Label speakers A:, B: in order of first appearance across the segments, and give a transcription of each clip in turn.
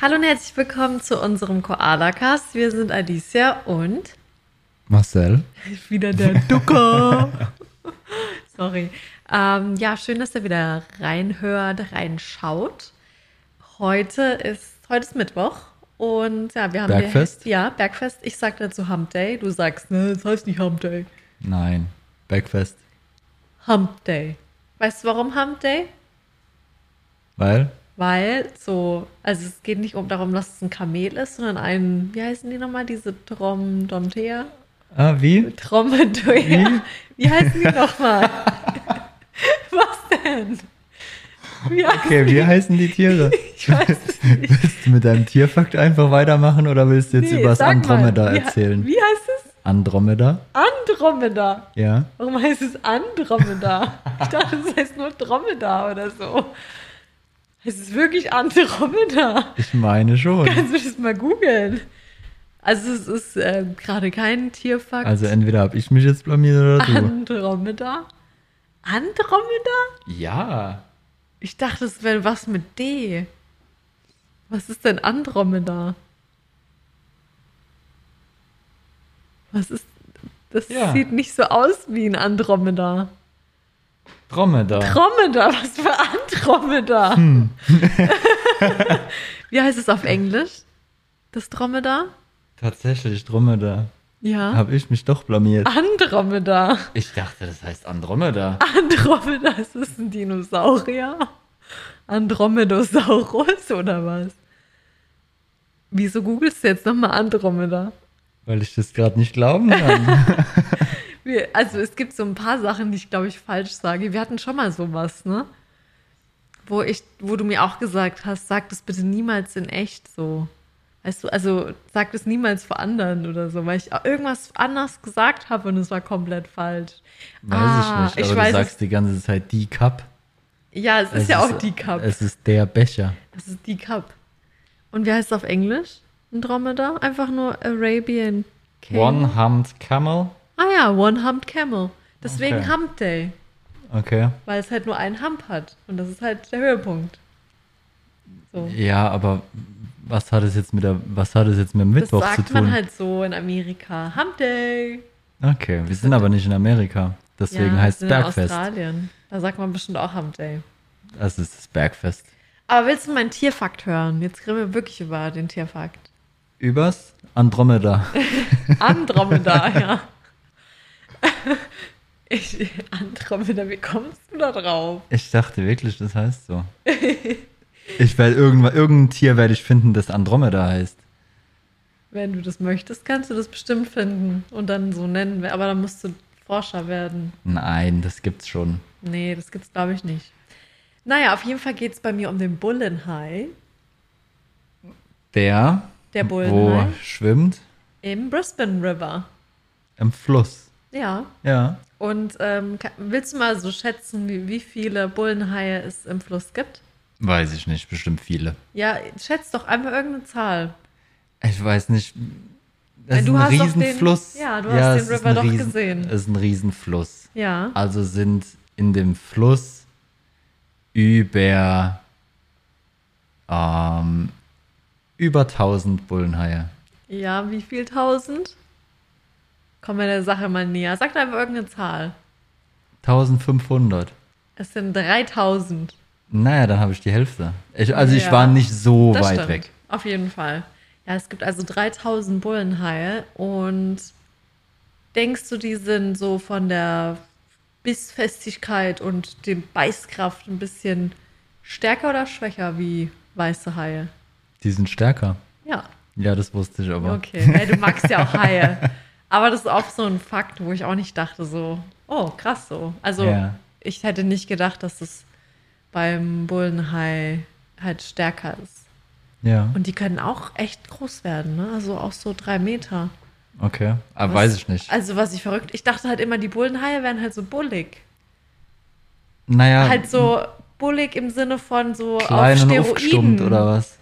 A: Hallo und herzlich willkommen zu unserem Koala-Cast. Wir sind Alicia und
B: Marcel.
A: wieder der Ducker. Sorry. Ähm, ja, schön, dass ihr wieder reinhört, reinschaut. Heute ist, heute ist Mittwoch und ja, wir haben
B: Bergfest?
A: ja, Bergfest. Ich sag dazu Hump Day. Du sagst, ne, das heißt nicht Hump Day.
B: Nein, Backfest.
A: Hump Day. Weißt du, warum Hump Day?
B: Weil?
A: Weil so, also es geht nicht um darum, dass es ein Kamel ist, sondern ein, wie heißen die nochmal, diese Trom, Domtea?
B: Ah, wie?
A: Trommelteuer. Wie heißen die nochmal? Was denn? Wie heißen
B: Okay, wie heißen die Tiere?
A: Ich weiß es nicht.
B: Willst du mit deinem Tierfakt einfach weitermachen oder willst du jetzt
A: Nee,
B: über das
A: sag mal,
B: Andromeda
A: wie,
B: erzählen?
A: Wie heißt es?
B: Andromeda?
A: Andromeda.
B: Ja.
A: Warum heißt es Andromeda? Ich dachte, es heißt nur Dromeda oder so. Es ist wirklich Andromeda.
B: Ich meine schon.
A: Kannst du das mal googeln? Also es ist ähm, gerade kein Tierfakt.
B: Also entweder habe ich mich jetzt blamiert oder du.
A: Andromeda? Andromeda?
B: ja.
A: Ich dachte, es wäre was mit D. Was ist denn Andromeda? Was ist. Das
B: Ja.
A: sieht nicht so aus wie ein Andromeda.
B: Dromeda.
A: Andromeda, was für Andromeda? wie heißt es auf Englisch? Das Dromeda?
B: Tatsächlich Dromeda.
A: Ja.
B: Habe ich mich doch blamiert.
A: Ah. Andromeda.
B: Ich dachte, das heißt Andromeda.
A: Andromeda, ist das ein Dinosaurier? Andromedosaurus oder was? Wieso googelst du jetzt nochmal Andromeda?
B: Weil ich das gerade nicht glauben kann.
A: Wir, also es gibt so ein paar Sachen, die ich glaube ich falsch sage. Wir hatten schon mal sowas, ne? Wo ich, wo du mir auch gesagt hast, sag das bitte niemals in echt so. Weißt du, also sag das niemals vor anderen oder so, weil ich irgendwas anders gesagt habe und es war komplett falsch.
B: Weiß
A: Ah,
B: ich nicht. Aber
A: ich
B: du
A: weiß es-
B: sagst die ganze Zeit die Cup.
A: Ja, es ist
B: Es
A: ja auch die Cup.
B: Es ist der Becher.
A: Das ist die Cup. Und wie heißt es auf Englisch? Andromeda? Einfach nur Arabian Camel.
B: One-Humped Camel.
A: Ah ja, One Humped Camel. Deswegen
B: Okay.
A: Hump Day,
B: Okay.
A: weil es halt nur einen Hump hat. Und das ist halt der Höhepunkt. So.
B: Ja, aber was hat es jetzt mit der, was hat es jetzt mit dem
A: Das
B: Mittwoch zu
A: sagt
B: tun?
A: man halt so in Amerika. Hump Day.
B: okay, wir sind aber nicht in Amerika. Deswegen
A: Ja,
B: heißt
A: wir sind in
B: es Bergfest.
A: Australien. Da sagt man bestimmt auch Hump Day.
B: Also es ist Bergfest.
A: Aber willst du meinen Tierfakt hören? Jetzt reden wir wirklich über den Tierfakt.
B: Übers Andromeda.
A: Andromeda, ja. Ich, Andromeda, wie kommst du da drauf?
B: Ich dachte wirklich, das heißt so. Ich werde irgendwann, irgendein Tier werde ich finden, das Andromeda heißt.
A: Wenn du das möchtest, kannst du das bestimmt finden und dann so nennen. Aber dann musst du Forscher werden.
B: Nein, das gibt's schon.
A: Nee, das gibt's, glaube ich, nicht. Naja, auf jeden Fall geht's bei mir um den Bullenhai.
B: Der,
A: Der
B: wo
A: Bullenhai
B: schwimmt,
A: im Brisbane River.
B: im Fluss.
A: Ja.
B: Ja.
A: Und ähm, ka- willst du mal so schätzen, wie, wie viele Bullenhaie es im Fluss gibt?
B: Weiß ich nicht, bestimmt viele.
A: Ja, schätz doch einmal irgendeine Zahl.
B: Ich weiß nicht. Das
A: Äh, Du
B: ist
A: hast
B: ein
A: doch den-
B: Riesenfluss.
A: ja, du hast den
B: es ist
A: River
B: ein
A: doch
B: Riesen-
A: gesehen.
B: Es ist ein Riesenfluss.
A: Ja.
B: Also sind in dem Fluss über ähm, über 1000 Bullenhaie.
A: Ja, wie viel tausend? Kommen wir der Sache mal näher. Sag einfach irgendeine Zahl.
B: 1500.
A: Es sind 3000.
B: Naja, dann habe ich die Hälfte. Ich, also ich
A: Ja,
B: war nicht so weit
A: stimmt.
B: weg.
A: Auf jeden Fall. Ja, es gibt also 3000 Bullenhaie und denkst du, die sind so von der Bissfestigkeit und dem Beißkraft ein bisschen stärker oder schwächer wie weiße Haie?
B: Die sind stärker.
A: Ja,
B: Ja, das wusste ich aber.
A: okay. Ja, du magst ja auch Haie. Aber das ist auch so ein Fakt, wo ich auch nicht dachte, so, oh, krass so. Also,
B: Ja.
A: ich hätte nicht gedacht, dass es beim Bullenhai halt stärker ist.
B: Ja,
A: Und die können auch echt groß werden, ne? Also auch so drei Meter.
B: okay. Aber
A: Was-
B: weiß ich nicht.
A: Also was ich verrückt. Ich dachte halt immer, die Bullenhaie wären halt so bullig.
B: Naja,
A: Halt so bullig im Sinne von so
B: klein
A: auf
B: und
A: Steroiden.
B: aufgestummt oder was?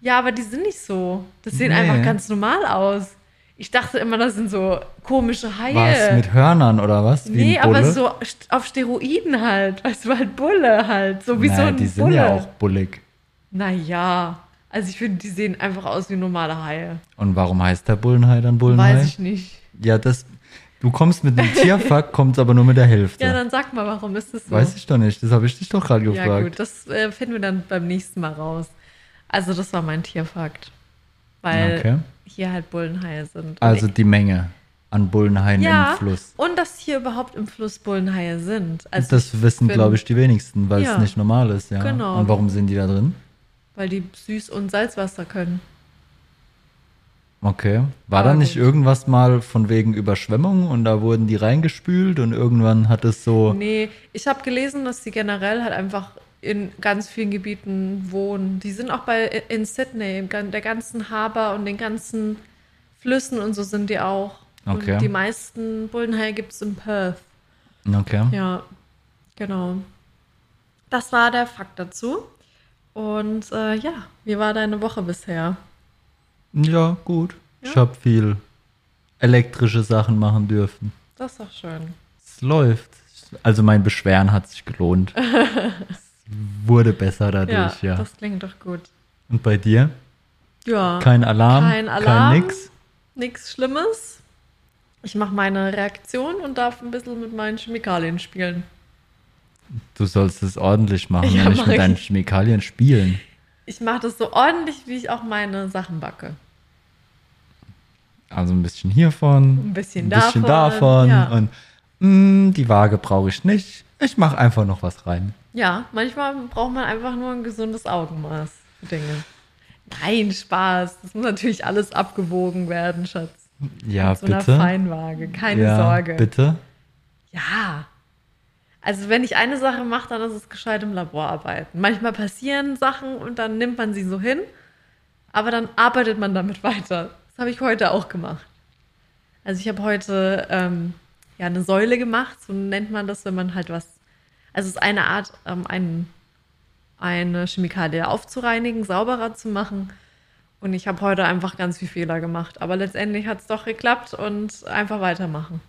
A: Ja, aber die sind nicht so. Das sehen
B: Nee.
A: einfach ganz normal aus. Ich dachte immer, das sind so komische Haie.
B: Was mit Hörnern oder was? Wie
A: nee,
B: ein Bulle?
A: aber so st- auf Steroiden Also halt. Weißt du, halt Bulle halt. So wie so
B: Naja,
A: ein
B: die sind
A: Bulle.
B: ja auch bullig.
A: Naja, Also ich finde, die sehen einfach aus wie normale Haie.
B: Und warum heißt der Bullenhai dann Bullenhai?
A: Weiß ich nicht.
B: Ja, das. Du kommst mit einem Tierfuck, kommst aber nur mit der Hälfte.
A: Ja, dann sag mal, warum ist das so?
B: Weiß ich doch nicht. Das habe ich dich doch gerade gefragt.
A: ja gut, das äh, finden wir dann beim nächsten Mal raus. Also das war mein Tierfakt. Weil
B: Okay.
A: hier halt Bullenhaie sind.
B: Also die Menge an Bullenhaien
A: ja,
B: im Fluss.
A: und dass hier überhaupt im Fluss Bullenhaie sind. Also
B: das wissen,
A: bin-
B: glaube ich, die wenigsten, weil
A: Ja.
B: es nicht normal ist, ja.
A: Genau.
B: Und warum sind die da drin?
A: Weil die Süß- und Salzwasser können.
B: Okay. War
A: Aber
B: da nicht
A: gut.
B: irgendwas mal von wegen Überschwemmung und da wurden die reingespült und irgendwann hat es so.
A: Nee, ich habe gelesen, dass die generell halt einfach in ganz vielen Gebieten wohnen. Die sind auch bei in Sydney, im gan- der ganzen Haber und den ganzen Flüssen und so sind die auch.
B: Okay.
A: Und die meisten Bullenhaie gibt es in Perth.
B: Okay.
A: Ja, genau. Das war der Fakt dazu. Und äh, ja, wie war deine Woche bisher?
B: Ja, gut.
A: Ja.
B: Ich habe viel elektrische Sachen machen dürfen.
A: Das ist doch schön.
B: Es läuft. Also mein Beschweren hat sich gelohnt. es wurde besser dadurch, ja.
A: das klingt doch gut.
B: Und bei dir?
A: Ja.
B: Kein Alarm,
A: Kein
B: kein,
A: Alarm.
B: nix.
A: nichts Schlimmes. Ich mache meine Reaktion und darf ein bisschen mit meinen Chemikalien spielen.
B: Du sollst es ordentlich machen
A: Ja,
B: und nicht
A: mach ich.
B: mit deinen Chemikalien spielen.
A: Ich mache das so ordentlich, wie ich auch meine Sachen backe.
B: Also ein bisschen hiervon,
A: Ein bisschen davon,
B: bisschen davon,
A: ja.
B: und mh, die Waage brauche ich nicht. Ich mache einfach noch was rein.
A: Ja, manchmal braucht man einfach nur ein gesundes Augenmaß für Dinge. Nein, Spaß. Das muss natürlich alles abgewogen werden, Schatz.
B: Ja,
A: Mit so einer
B: bitte.
A: Feinwaage. Keine
B: ja,
A: Sorge.
B: Bitte.
A: Ja. Also wenn ich eine Sache mache, dann ist es gescheit im Labor arbeiten. Manchmal passieren Sachen und dann nimmt man sie so hin, aber dann arbeitet man damit weiter. Das habe ich heute auch gemacht. Also ich habe heute ähm, ja eine Säule gemacht, so nennt man das, wenn man halt was. Also es ist eine Art, ähm, ein, eine Chemikalie aufzureinigen, sauberer zu machen. Und ich habe heute einfach ganz viel Fehler gemacht. Aber letztendlich hat es doch geklappt und einfach weitermachen.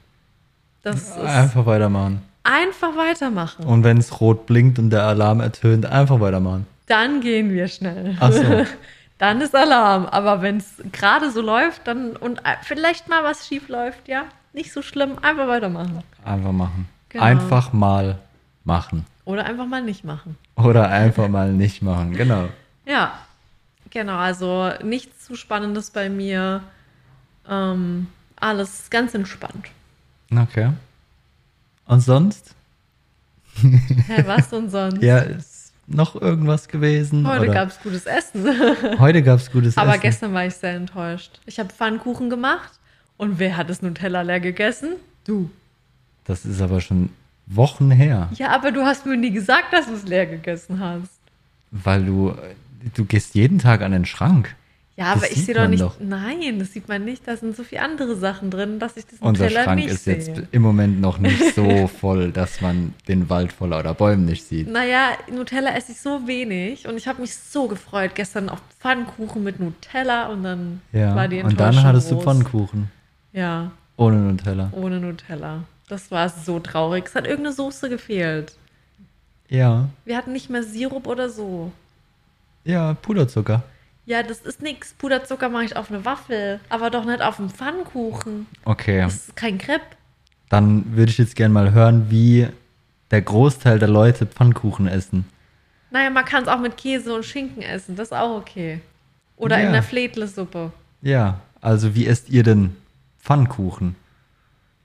A: Das ist
B: Einfach weitermachen.
A: einfach weitermachen.
B: Und wenn es rot blinkt und der Alarm ertönt, einfach weitermachen.
A: dann gehen wir schnell.
B: Ach so.
A: dann ist Alarm. Aber wenn es gerade so läuft, dann und äh, vielleicht mal was schief läuft, ja, nicht so schlimm, einfach weitermachen.
B: Einfach machen.
A: Genau.
B: Einfach mal machen.
A: Oder einfach mal nicht machen.
B: Oder einfach mal nicht machen. Genau.
A: Ja, genau. Also nichts zu Spannendes bei mir. Ähm, alles ganz entspannt.
B: Okay. Und sonst?
A: Hä, was und sonst?
B: Ja, ist noch irgendwas gewesen?
A: Heute
B: oder?
A: gab es gutes Essen.
B: Heute gab's gutes
A: Aber
B: Essen.
A: gestern war ich sehr enttäuscht. Ich habe Pfannkuchen gemacht. Und wer hat das Nutella leer gegessen? Du.
B: Das ist aber schon Wochen her,
A: Ja, aber du hast mir nie gesagt, dass du es leer gegessen hast.
B: weil du du gehst jeden Tag an den Schrank.
A: Ja,
B: Das
A: aber ich
B: sieht
A: sehe doch
B: man
A: nicht.
B: doch.
A: Nein, das sieht man nicht. Da sind so viele andere Sachen drin, dass ich das im
B: Unser
A: Teller
B: Schrank
A: nicht
B: ist
A: sehe.
B: jetzt im Moment noch nicht so voll, dass man den Wald voll oder Bäumen nicht sieht.
A: Naja, Nutella esse ich so wenig und ich habe mich so gefreut gestern auf Pfannkuchen mit Nutella und dann
B: Ja.
A: war die
B: Und
A: Enttäuschung
B: dann hattest du
A: groß.
B: Pfannkuchen
A: Ja,
B: ohne Nutella.
A: ohne Nutella. Das war so traurig. Es hat irgendeine Soße gefehlt.
B: Ja.
A: Wir hatten nicht mehr Sirup oder so.
B: Ja, Puderzucker.
A: Ja, das ist nix. Puderzucker mache ich auf eine Waffel, aber doch nicht auf einen Pfannkuchen.
B: Okay.
A: Das ist kein Crepe.
B: Dann würde ich jetzt gerne mal hören, wie der Großteil der Leute Pfannkuchen essen.
A: Naja, man kann es auch mit Käse und Schinken essen, das ist auch okay. Oder
B: Ja.
A: in der Fledlesuppe.
B: Ja, also wie esst ihr denn Pfannkuchen?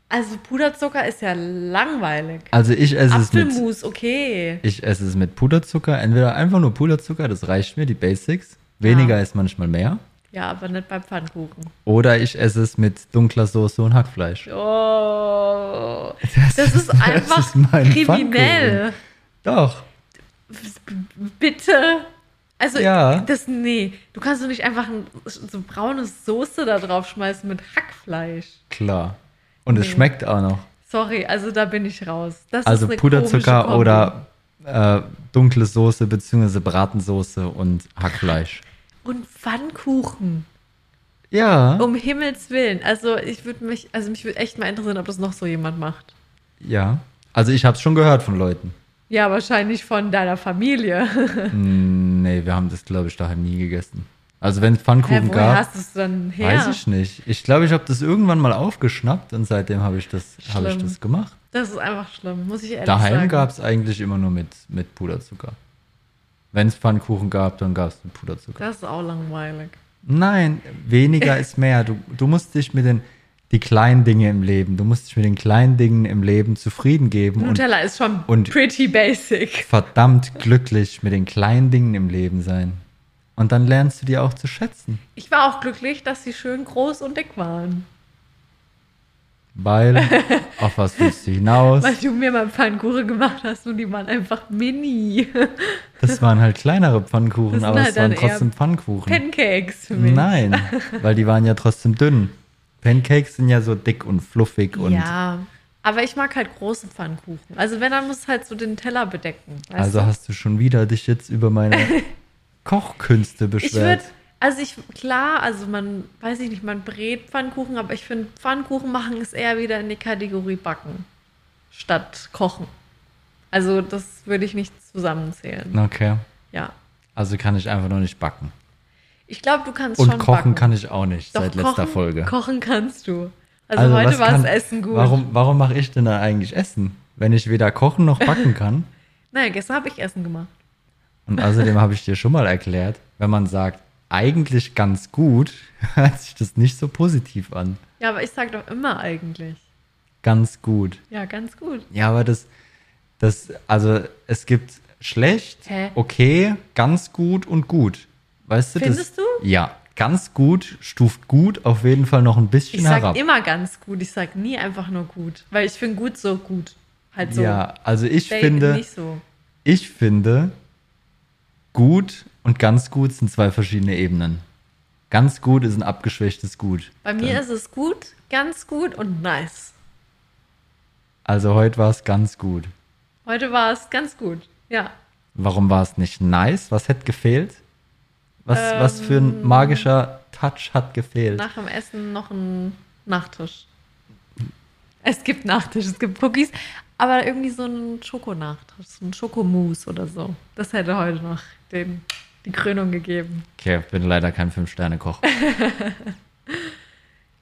A: Also Puderzucker ist ja langweilig.
B: Also ich esse es mit
A: Apfelmus, okay.
B: Ich esse es mit Puderzucker. Entweder einfach nur Puderzucker, das reicht mir, die Basics. Weniger
A: Ja.
B: ist manchmal mehr.
A: Ja, aber nicht beim Pfannkuchen.
B: Oder ich esse es mit dunkler Soße und Hackfleisch.
A: Oh. Das, ist
B: das
A: einfach
B: ist mein
A: kriminell.
B: Doch.
A: Bitte. Also,
B: Ja.
A: das, nee. Du kannst doch nicht einfach ein- so braune Soße da drauf schmeißen mit Hackfleisch.
B: Klar. Und es schmeckt auch noch.
A: Sorry, also da bin ich raus. Das
B: also
A: ist eine komische
B: Puderzucker
A: Kombi.
B: oder äh, dunkle Soße bzw. Bratensoße und Hackfleisch.
A: Und Pfannkuchen.
B: Ja.
A: Um Himmels Willen. Also ich würde mich, also mich würde echt mal interessieren, ob das noch so jemand macht.
B: Ja. Also ich habe es schon gehört von Leuten.
A: Ja, wahrscheinlich von deiner Familie.
B: Hm, Nee, wir haben das, glaube ich, daheim nie gegessen. Also wenn es Pfannkuchen
A: Hä, woher
B: gab,
A: hast du es dann her?
B: weiß ich nicht. Ich glaube, ich habe das irgendwann mal aufgeschnappt und seitdem habe ich, das- habe ich
A: Schlimm.
B: das gemacht.
A: Das ist einfach schlimm, muss ich ehrlich
B: Daheim
A: sagen.
B: gab es eigentlich immer nur mit, mit Puderzucker. Wenn es Pfannkuchen gab, dann gab es mit Puderzucker.
A: Das ist auch langweilig.
B: Nein, weniger ist mehr. Du, du musst dich mit den die kleinen Dinge im Leben, du musst dich mit den kleinen Dingen im Leben zufrieden geben und
A: Nutella ist schon
B: und-
A: pretty basic.
B: verdammt glücklich mit den kleinen Dingen im Leben sein. Und dann lernst du die auch zu schätzen,
A: Ich war auch glücklich, dass sie schön groß und dick waren.
B: weil auf was willst du hinaus?
A: Weil du mir mal Pfannkuchen gemacht hast und die waren einfach mini.
B: Das waren halt kleinere
A: Das
B: Pfannkuchen,
A: sind
B: aber es
A: halt
B: waren
A: dann eher
B: trotzdem Pfannkuchen.
A: Pancakes für mich.
B: Nein, weil die waren ja trotzdem dünn. Pancakes sind ja so dick und fluffig und
A: Ja, aber ich mag halt große Pfannkuchen. Also wenn, dann muss es halt so den Teller bedecken. weißt
B: also
A: du?
B: hast du schon wieder dich jetzt über meine Kochkünste
A: Ich würde,
B: beschwert.
A: also ich, klar, also man, weiß ich nicht, man brät Pfannkuchen, aber ich finde, Pfannkuchen machen ist eher wieder in die Kategorie Backen statt Kochen. Also das würde ich nicht zusammenzählen.
B: okay,
A: Ja.
B: also kann ich einfach noch nicht backen.
A: Ich glaube, du kannst
B: Und
A: schon
B: kochen
A: backen.
B: kann ich auch nicht
A: Doch,
B: seit letzter
A: kochen,
B: Folge.
A: Kochen kannst du. Also,
B: was
A: heute war
B: kann-
A: das Essen gut.
B: Warum, warum mache ich denn dann eigentlich Essen, wenn ich weder kochen noch backen kann?
A: Naja, gestern habe ich Essen gemacht.
B: Und außerdem habe ich dir schon mal erklärt, wenn man sagt, eigentlich ganz gut, hört sich das nicht so positiv an.
A: Ja, aber ich sage doch immer eigentlich.
B: Ganz gut.
A: Ja, ganz gut.
B: Ja, aber das, das, also es gibt schlecht,
A: Hä?
B: okay, ganz gut und gut. Weißt du das?
A: Findest du?
B: Ja, ganz gut stuft gut auf jeden Fall noch ein bisschen
A: Ich sag
B: herab.
A: immer ganz gut. Ich sag nie einfach nur gut. Weil ich finde gut so gut. Halt so.
B: ja, also ich
A: Date
B: finde,
A: Nicht so.
B: Ich finde, gut und ganz gut sind zwei verschiedene Ebenen. Ganz gut ist ein abgeschwächtes Gut.
A: Bei mir ist es gut, ganz gut und nice.
B: Also heute war es ganz gut.
A: Heute war es ganz gut. Ja.
B: Warum war es nicht nice? Was hätte gefehlt? Was, was für
A: Ähm,
B: ein magischer Touch hat gefehlt?
A: Nach dem Essen noch ein Nachtisch. Es gibt Nachtisch, es gibt Cookies, aber irgendwie so ein Schokonachtisch, so ein Schokomousse oder so. Das hätte heute noch den, die Krönung gegeben.
B: Okay, bin leider kein Fünf-Sterne-Koch.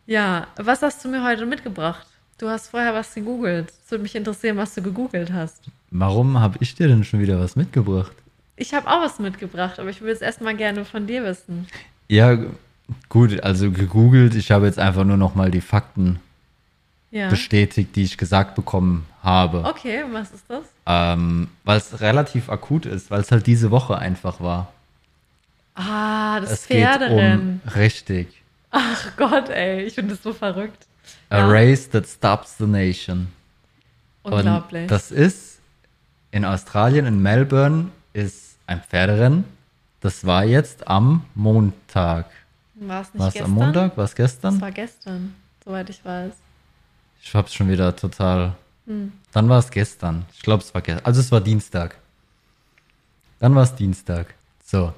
A: Ja, was hast du mir heute mitgebracht? Du hast vorher was gegoogelt. Es würde mich interessieren, was du gegoogelt hast.
B: Warum habe ich dir denn schon wieder was mitgebracht?
A: Ich habe auch was mitgebracht, aber ich würde es erstmal gerne von dir wissen.
B: Ja, gut, also gegoogelt. Ich habe jetzt einfach nur noch mal die Fakten
A: Ja.
B: bestätigt, die ich gesagt bekommen habe.
A: Okay, und was ist das?
B: Ähm, weil es relativ akut ist, weil es halt diese Woche einfach war.
A: Ah, das
B: es
A: Pferderennen.
B: geht um richtig.
A: Ach Gott, ey, ich finde das so verrückt.
B: A
A: Ja,
B: race that stops the nation.
A: unglaublich.
B: Und das ist in Australien, in Melbourne, ist ein Pferderennen. Das war jetzt am Montag.
A: war es nicht
B: War es
A: gestern?
B: am Montag? War es
A: Das
B: gestern?
A: war gestern, soweit ich weiß.
B: Ich hab's schon wieder total. Dann war es gestern. Ich glaube, es war gestern. Also es war Dienstag. Dann war es Dienstag. So.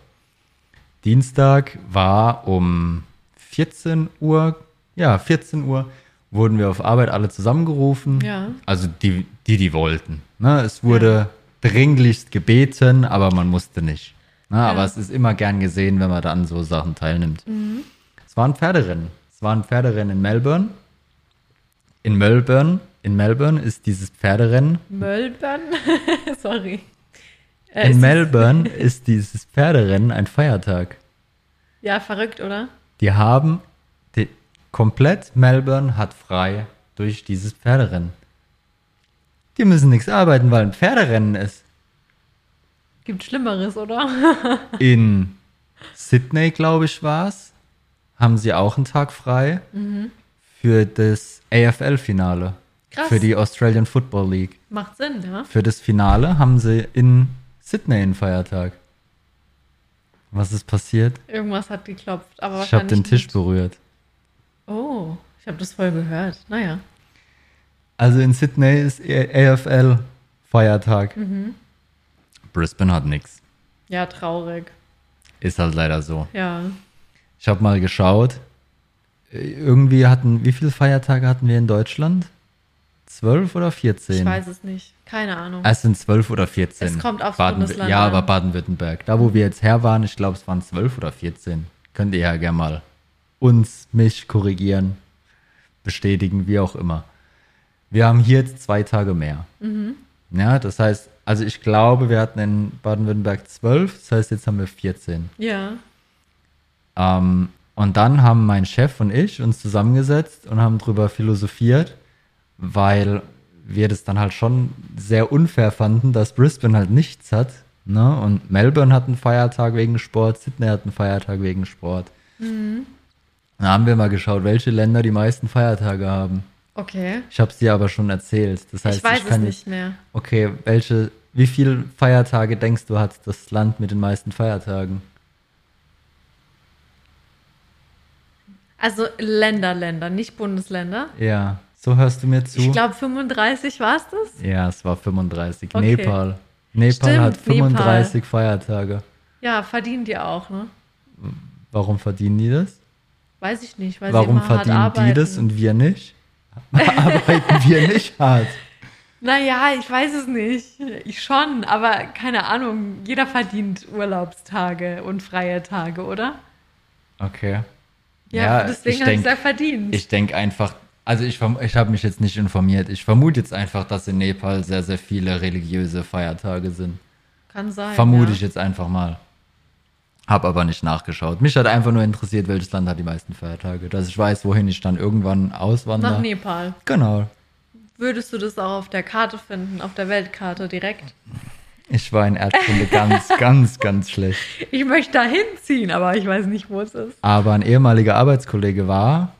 B: Dienstag war um 14 Uhr. Ja, 14 Uhr wurden wir auf Arbeit alle zusammengerufen.
A: Ja.
B: Also die, die, die wollten. Ne, es wurde dringlichst gebeten, aber man musste nicht. Ne, Aber es ist immer gern gesehen, wenn man da an so Sachen teilnimmt.
A: Mhm.
B: Es war ein Pferderennen. Es war ein Pferderennen in Melbourne. In Melbourne, in Melbourne ist dieses Pferderennen.
A: Melbourne? Sorry. Äh, ist
B: In
A: es-
B: Melbourne ist dieses Pferderennen ein Feiertag.
A: Ja, verrückt, oder?
B: Die haben die, komplett Melbourne hat frei durch dieses Pferderennen. Die müssen nichts arbeiten, weil ein Pferderennen ist.
A: Gibt Schlimmeres, oder?
B: In Sydney, glaube ich, war's, haben sie auch einen Tag frei für das AFL-Finale.
A: Krass.
B: Für die Australian Football League.
A: Macht Sinn, ja?
B: Für das Finale haben sie in Sydney einen Feiertag. Was ist passiert?
A: Irgendwas hat geklopft, aber
B: Ich habe den
A: wahrscheinlich
B: Tisch
A: nicht.
B: berührt.
A: Oh, ich habe das voll gehört. Naja.
B: Also in Sydney ist AFL-Feiertag.
A: Mhm.
B: Brisbane hat nichts.
A: Ja, traurig.
B: Ist halt leider so.
A: Ja.
B: Ich habe mal geschaut. Irgendwie hatten, wie viele Feiertage hatten wir in Deutschland? 12 oder 14?
A: Ich weiß es nicht. Keine Ahnung.
B: Es sind 12 oder 14.
A: Es kommt aufs
B: Baden
A: Bundesland
B: Ja,
A: an.
B: aber Baden-Württemberg. Da, wo wir jetzt her waren, ich glaube, es waren 12 oder 14. Könnt ihr ja gerne mal uns, mich korrigieren, bestätigen, wie auch immer. Wir haben hier jetzt zwei Tage mehr.
A: Mhm.
B: Ja, das heißt, also ich glaube, wir hatten in Baden-Württemberg 12, das heißt, jetzt haben wir 14.
A: Ja.
B: Ähm, und dann haben mein Chef und ich uns zusammengesetzt und haben drüber philosophiert, weil wir das dann halt schon sehr unfair fanden, dass Brisbane halt nichts hat. Ne? Und Melbourne hat einen Feiertag wegen Sport, Sydney hat einen Feiertag wegen Sport.
A: Mhm.
B: Da haben wir mal geschaut, welche Länder die meisten Feiertage haben.
A: Okay.
B: Ich habe es dir aber schon erzählt. Das heißt,
A: ich weiß es
B: kann
A: nicht mehr.
B: Okay, welche, wie viele Feiertage denkst du, hat das Land mit den meisten Feiertagen?
A: Also Länder, Länder, nicht Bundesländer.
B: Ja, so hörst du mir zu.
A: Ich glaube 35 war es das.
B: Ja, es war 35.
A: Okay.
B: Nepal. Nepal
A: Stimmt,
B: hat 35 Feiertage.
A: Ja, verdienen die auch, ne?
B: Warum verdienen die das?
A: Weiß ich nicht, weil
B: Warum
A: sie immer hart
B: verdienen
A: arbeiten.
B: die das und wir nicht? arbeiten wir nicht hart?
A: Naja, ich weiß es nicht. Ich schon, aber keine Ahnung. Jeder verdient Urlaubstage und freie Tage, oder?
B: Okay.
A: Ja,
B: Ja,
A: deswegen
B: ich
A: habe ich
B: denk-
A: es ja verdient.
B: Ich denke einfach, also ich, verm- ich habe mich jetzt nicht informiert. Ich vermute jetzt einfach, dass in Nepal sehr, sehr viele religiöse Feiertage sind.
A: Kann sein.
B: Vermute
A: ja.
B: ich jetzt einfach mal. Hab aber nicht nachgeschaut. Mich hat einfach nur interessiert, welches Land hat die meisten Feiertage. Dass ich weiß, wohin ich dann irgendwann auswandere.
A: Nach Nepal.
B: Genau.
A: Würdest du das auch auf der Karte finden, auf der Weltkarte direkt?
B: Ich war in Erdkunde ganz, ganz, ganz schlecht.
A: Ich möchte da hinziehen, aber ich weiß nicht, wo es ist.
B: Aber ein ehemaliger Arbeitskollege war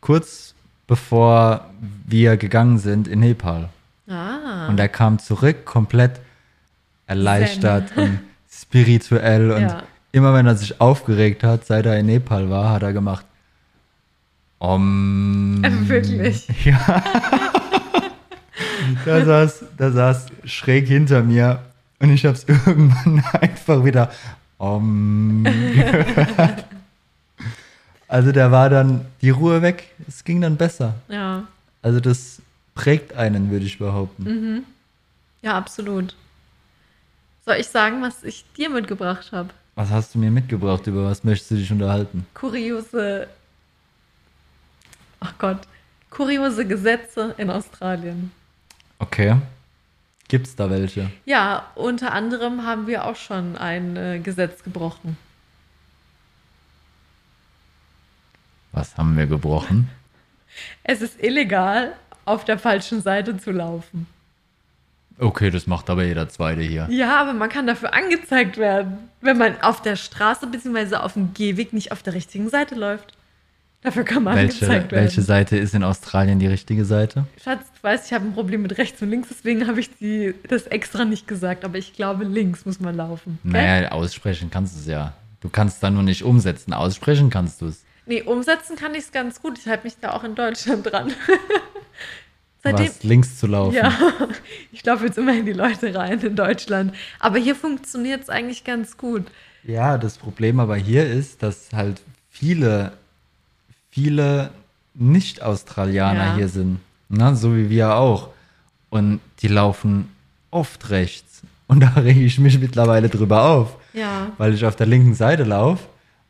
B: kurz bevor wir gegangen sind in Nepal.
A: Ah.
B: Und er kam zurück komplett erleichtert und spirituell. Und
A: Ja.
B: immer wenn er sich aufgeregt hat, seit er in Nepal war, hat er gemacht. Om.
A: Wirklich.
B: Mm. Da saß, da saß schräg hinter mir und ich habe es irgendwann einfach wieder Om gehört. Also da war dann die Ruhe weg. Es ging dann besser.
A: Ja.
B: Also das prägt einen, würde ich behaupten.
A: Mhm. Ja, absolut. Soll ich sagen, was ich dir mitgebracht habe?
B: Was hast du mir mitgebracht? Über was möchtest du dich unterhalten?
A: Kuriose. Ach Gott. Kuriose Gesetze in Australien.
B: Okay. Gibt's da welche?
A: Ja, unter anderem haben wir auch schon ein äh, Gesetz gebrochen.
B: Was haben wir gebrochen?
A: Es ist illegal, auf der falschen Seite zu laufen.
B: Okay, das macht aber jeder Zweite hier.
A: Ja, aber man kann dafür angezeigt werden, wenn man auf der Straße bzw. auf dem Gehweg nicht auf der richtigen Seite läuft. Dafür kann man
B: Welche,
A: angezeigt werden.
B: welche Seite ist in Australien die richtige Seite?
A: Schatz, du weißt, ich habe ein Problem mit rechts und links, deswegen habe ich die, das extra nicht gesagt. Aber ich glaube, links muss man laufen. gell?
B: Naja, aussprechen kannst du es ja. Du kannst dann nur nicht umsetzen. Aussprechen kannst du es.
A: Nee, umsetzen kann ich es ganz gut. Ich halte mich da auch in Deutschland dran. Seitdem,
B: Was links zu laufen.
A: ja, ich laufe jetzt immer in die Leute rein in Deutschland. Aber hier funktioniert es eigentlich ganz gut.
B: Ja, das Problem aber hier ist, dass halt viele, viele Nicht-Australianer
A: Ja.
B: hier sind. Na, so wie wir auch. Und die laufen oft rechts. Und da rege ich mich mittlerweile drüber auf.
A: Ja.
B: Weil ich auf der linken Seite laufe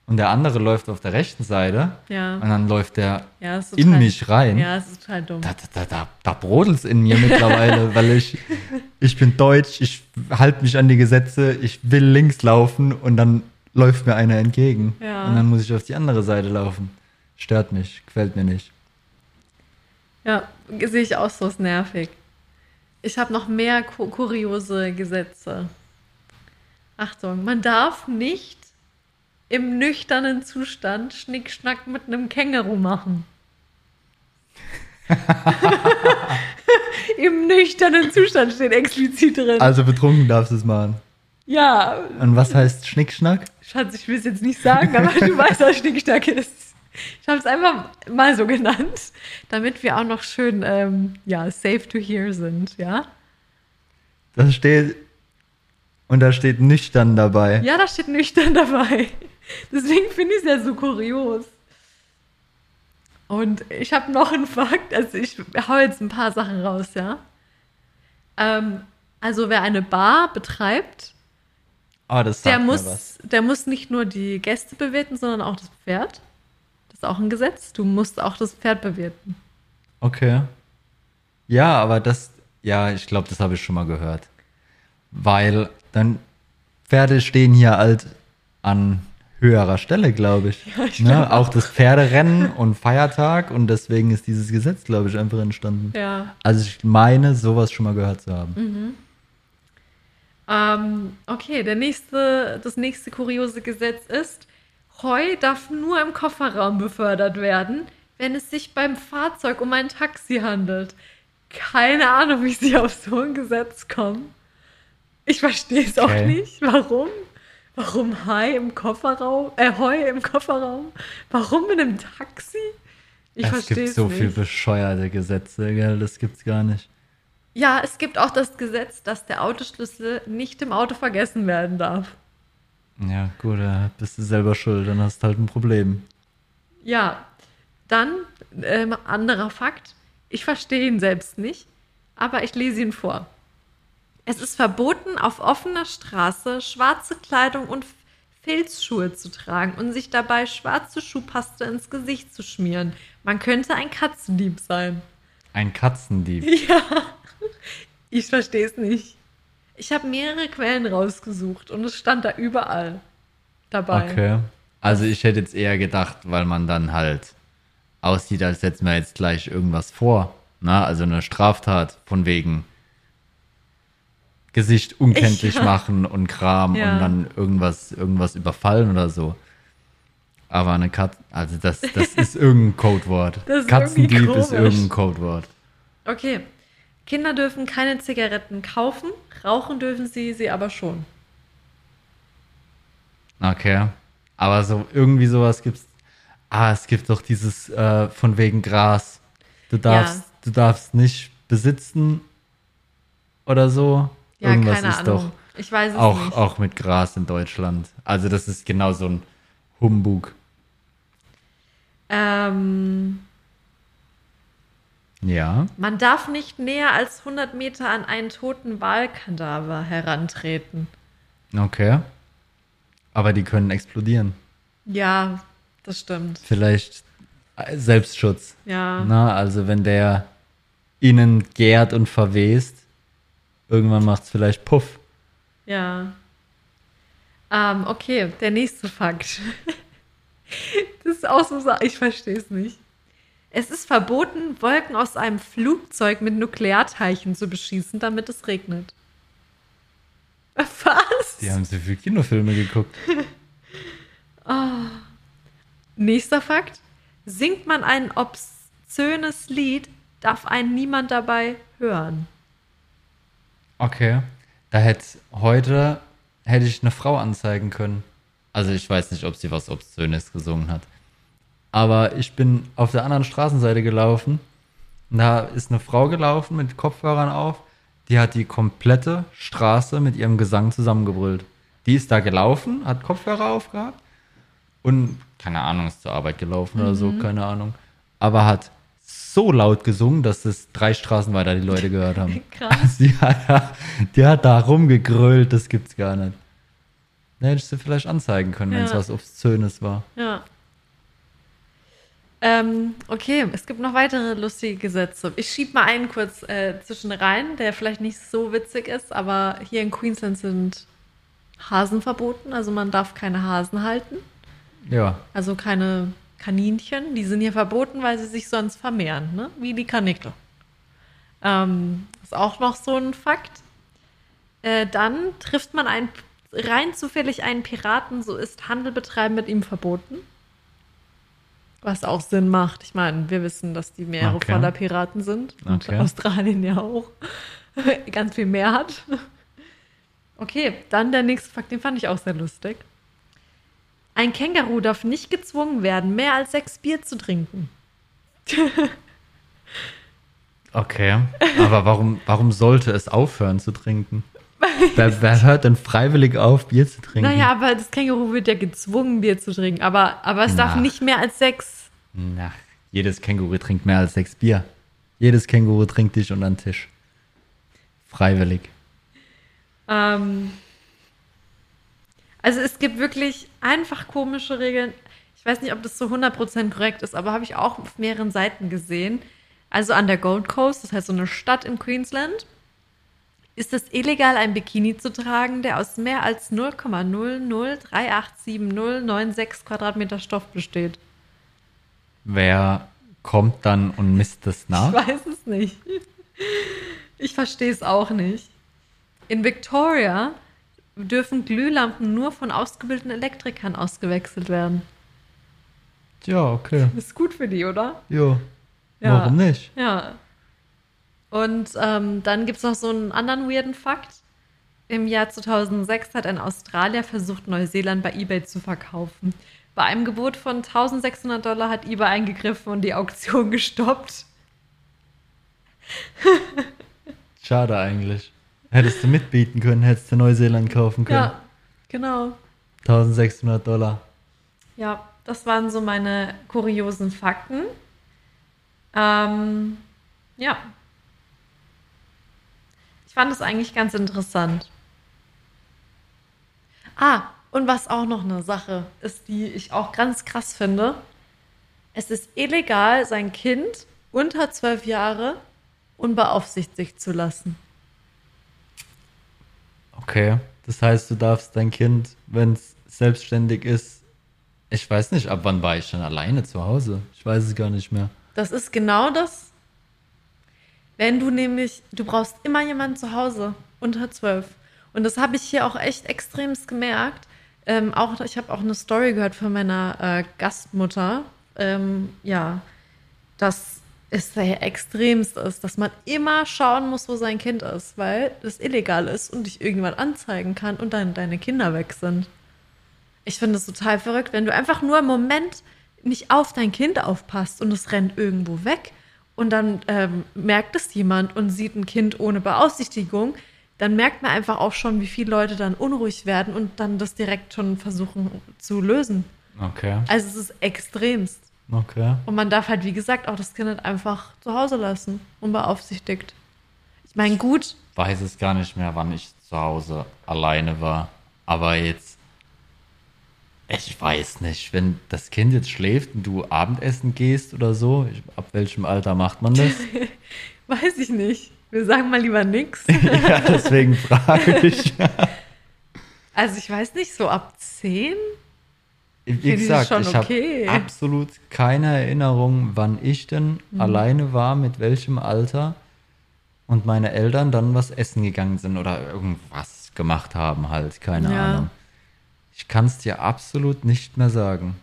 B: und der andere läuft auf der rechten Seite.
A: Ja.
B: Und dann läuft der
A: Ja, ist
B: in
A: total-
B: mich rein.
A: Ja, es ist total dumm.
B: Da, da, da, da, da brodelt es in mir mittlerweile, weil ich, ich bin deutsch, ich halte mich an die Gesetze, ich will links laufen und dann läuft mir einer entgegen.
A: Ja.
B: Und dann muss ich auf die andere Seite laufen. Stört mich, gefällt mir nicht.
A: Ja, sehe ich auch so, ist nervig. Ich habe noch mehr ku kuriose Gesetze. Achtung, man darf nicht im nüchternen Zustand Schnickschnack mit einem Känguru machen. Im nüchternen Zustand steht explizit drin.
B: Also betrunken darfst du es machen.
A: ja,
B: Und was heißt Schnickschnack?
A: Schatz, ich will es jetzt nicht sagen, aber du weißt, was Schnickschnack ist. Ich habe es einfach mal so genannt, damit wir auch noch schön, ähm, ja, safe to hear sind, ja?
B: Das steht. Und da steht nüchtern dabei.
A: Ja, da steht nüchtern dabei. Deswegen finde ich es ja so kurios. Und ich habe noch einen Fakt, also ich hau jetzt ein paar Sachen raus, ja. Ähm, also wer eine Bar betreibt,
B: Ah, das sagt
A: der
B: mir
A: muss,
B: was.
A: der muss nicht nur die Gäste bewirten, sondern auch das Pferd. Das ist auch ein Gesetz. Du musst auch das Pferd bewirten.
B: Okay. Ja, aber das, ja, ich glaube, das habe ich schon mal gehört. Weil dann Pferde stehen hier halt an höherer Stelle, glaube ich.
A: ich
B: ne? Auch das Pferderennen und Feiertag und deswegen ist dieses Gesetz, glaube ich, einfach entstanden.
A: Ja. Hm,
B: Also ich meine, sowas schon mal gehört zu haben.
A: Ähm, okay, der nächste, das nächste kuriose Gesetz ist, Heu darf nur im Kofferraum befördert werden, wenn es sich beim Fahrzeug um ein Taxi handelt. Keine Ahnung, wie sie auf so ein Gesetz kommen. Ich verstehe es auch
B: Okay.
A: nicht. Warum? Warum Hai im Kofferraum? Äh, Heu im Kofferraum? Warum in einem Taxi? Ich
B: es
A: verstehe
B: gibt
A: es
B: so
A: nicht.
B: viel bescheuerte Gesetze, gell? Das gibt's gar nicht.
A: Ja, es gibt auch das Gesetz, dass der Autoschlüssel nicht im Auto vergessen werden darf.
B: Ja, gut, da bist du selber schuld, dann hast du halt ein Problem.
A: Ja, dann ähm, anderer Fakt. Ich verstehe ihn selbst nicht, aber ich lese ihn vor. Es ist verboten, auf offener Straße schwarze Kleidung und F- Filzschuhe zu tragen und sich dabei schwarze Schuhpaste ins Gesicht zu schmieren. Man könnte ein Katzendieb sein.
B: Ein Katzendieb.
A: Ja, ich verstehe es nicht. Ich habe mehrere Quellen rausgesucht und es stand da überall dabei.
B: Okay. Also ich hätte jetzt eher gedacht, weil man dann halt aussieht, als setzen wir jetzt gleich irgendwas vor. Na, also eine Straftat von wegen Gesicht unkenntlich
A: Ja.
B: machen und Kram
A: Ja.
B: und dann irgendwas, irgendwas überfallen oder so. Aber eine Katze, also das, das ist irgendein Codewort.
A: Das ist
B: Katzendieb
A: irgendwie
B: ist
A: komisch.
B: irgendein Codewort.
A: Okay. Kinder dürfen keine Zigaretten kaufen, rauchen dürfen sie sie aber schon.
B: Okay. Aber so irgendwie sowas gibt's. Ah, es gibt doch dieses äh, von wegen Gras. Du darfst,
A: Ja.
B: du darfst nicht besitzen oder so.
A: Ja, keine Ahnung. ich weiß es
B: doch auch,
A: nicht.
B: auch mit Gras in Deutschland. Also das ist genau so ein Humbug.
A: Ähm,
B: Ja.
A: man darf nicht näher als 100 Meter an einen toten Wahlkadaver herantreten.
B: Okay. Aber die können explodieren.
A: Ja, das stimmt.
B: Vielleicht äh, Selbstschutz.
A: Ja.
B: Na, also wenn der innen gärt und verwest, irgendwann macht's vielleicht Puff.
A: Ja. Ähm, okay, der nächste Fakt. das ist auch so, Sa- ich verstehe es nicht. Es ist verboten, Wolken aus einem Flugzeug mit Nuklearteilchen zu beschießen, damit es regnet. Was?
B: Die haben so viel Kinofilme geguckt.
A: Nächster Fakt. Singt man ein obszönes Lied, darf einen niemand dabei hören.
B: Okay. Da hätte heute hätte ich eine Frau anzeigen können. Also ich weiß nicht, ob sie was Obszönes gesungen hat. Aber ich bin auf der anderen Straßenseite gelaufen. Und da ist eine Frau gelaufen mit Kopfhörern auf. Die hat die komplette Straße mit ihrem Gesang zusammengebrüllt. Die ist da gelaufen, hat Kopfhörer aufgehabt und keine Ahnung, ist zur Arbeit gelaufen oder so, keine Ahnung. Aber hat so laut gesungen, dass es drei Straßen weiter die Leute gehört haben.
A: Krass.
B: Die hat, da- die hat da rumgegrölt, das gibt's gar nicht. Da hättest du vielleicht anzeigen können, wenn es
A: Ja.
B: was Obszönes war.
A: Ja. Ähm, okay, es gibt noch weitere lustige Gesetze. Ich schieb mal einen kurz äh, zwischen rein, der vielleicht nicht so witzig ist, aber hier in Queensland sind Hasen verboten, also man darf keine Hasen halten,
B: Ja,
A: also keine Kaninchen. Die sind hier verboten, weil sie sich sonst vermehren, ne? wie die Kanickel. Ähm, ist auch noch so ein Fakt. Äh, dann trifft man einen, rein zufällig einen Piraten, so ist Handel betreiben mit ihm verboten. Was auch Sinn macht. Ich meine, wir wissen, dass die Meere
B: Okay.
A: voller Piraten sind. Und
B: Okay.
A: Australien ja auch. Ganz viel mehr hat. Okay, dann der nächste Fakt, den fand ich auch sehr lustig. Ein Känguru darf nicht gezwungen werden, mehr als sechs Bier zu trinken.
B: okay. Aber warum, warum sollte es aufhören zu trinken? Wer, wer hört denn freiwillig auf, Bier zu trinken?
A: Naja, aber das Känguru wird ja gezwungen, Bier zu trinken. Aber, aber es darf
B: Na.
A: nicht mehr als sechs.
B: Na, Jedes Känguru trinkt mehr als sechs Bier. Jedes Känguru trinkt dich unter den Tisch. Freiwillig.
A: Ähm, also es gibt wirklich einfach komische Regeln. Ich weiß nicht, ob das so 100% korrekt ist, aber habe ich auch auf mehreren Seiten gesehen. Also an der Gold Coast, das heißt so eine Stadt in Queensland, ist es illegal, ein Bikini zu tragen, der aus mehr als 0,00387096 Quadratmeter Stoff besteht.
B: Wer kommt dann und misst das
A: Ich
B: nach?
A: weiß es nicht. Ich verstehe es auch nicht. In Victoria dürfen Glühlampen nur von ausgebildeten Elektrikern ausgewechselt werden.
B: Ja, okay.
A: Ist gut für die, oder?
B: Jo.
A: Ja.
B: Warum nicht?
A: Ja. Und ähm, dann gibt es noch so einen anderen weirden Fakt. Im Jahr 2006 hat ein Australier versucht, Neuseeland bei eBay zu verkaufen. Bei einem Gebot von 1600 Dollar hat eBay eingegriffen und die Auktion gestoppt.
B: Schade eigentlich. Hättest du mitbieten können, hättest du Neuseeland kaufen können.
A: Ja, genau.
B: 1600 Dollar.
A: Ja, das waren so meine kuriosen Fakten. Ähm, ja. Ich fand es eigentlich ganz interessant. Ah, und was auch noch eine Sache ist, die ich auch ganz krass finde. Es ist illegal, sein Kind unter zwölf Jahre unbeaufsichtigt zu lassen.
B: Okay. Das heißt, du darfst dein Kind, wenn es selbstständig ist, ich weiß nicht, ab wann war ich schon alleine zu Hause? Ich weiß es gar nicht mehr.
A: Das ist genau das. Wenn du nämlich, du brauchst immer jemanden zu Hause unter zwölf. Und das habe ich hier auch echt extremst gemerkt. Ähm, auch, ich habe auch eine Story gehört von meiner äh, Gastmutter. Ähm, ja, dass es sehr extremst ist, dass man immer schauen muss, wo sein Kind ist, weil es illegal ist und dich irgendwann anzeigen kann und dann deine Kinder weg sind. Ich finde es total verrückt, wenn du einfach nur im Moment nicht auf dein Kind aufpasst und es rennt irgendwo weg und dann ähm, merkt es jemand und sieht ein Kind ohne Beaufsichtigung, dann merkt man einfach auch schon, wie viele Leute dann unruhig werden und dann das direkt schon versuchen zu lösen.
B: Okay.
A: Also es ist extremst.
B: Okay.
A: Und man darf halt, wie gesagt, auch das Kind halt einfach zu Hause lassen, unbeaufsichtigt. Ich meine, gut,
B: weiß es gar nicht mehr, wann ich zu Hause alleine war. Aber jetzt, ich weiß nicht, wenn das Kind jetzt schläft und du Abendessen gehst oder so, ich, ab welchem Alter macht man das?
A: weiß ich nicht. Wir sagen mal lieber nix.
B: ja, deswegen frage ich.
A: Also ich weiß nicht, so ab 10?
B: Wie
A: Finde ich
B: gesagt,
A: schon
B: ich
A: okay.
B: habe absolut keine Erinnerung, wann ich denn
A: Mhm.
B: alleine war, mit welchem Alter und meine Eltern dann was essen gegangen sind oder irgendwas gemacht haben, halt, keine
A: Ja.
B: Ahnung. Ich kann es dir absolut nicht mehr sagen.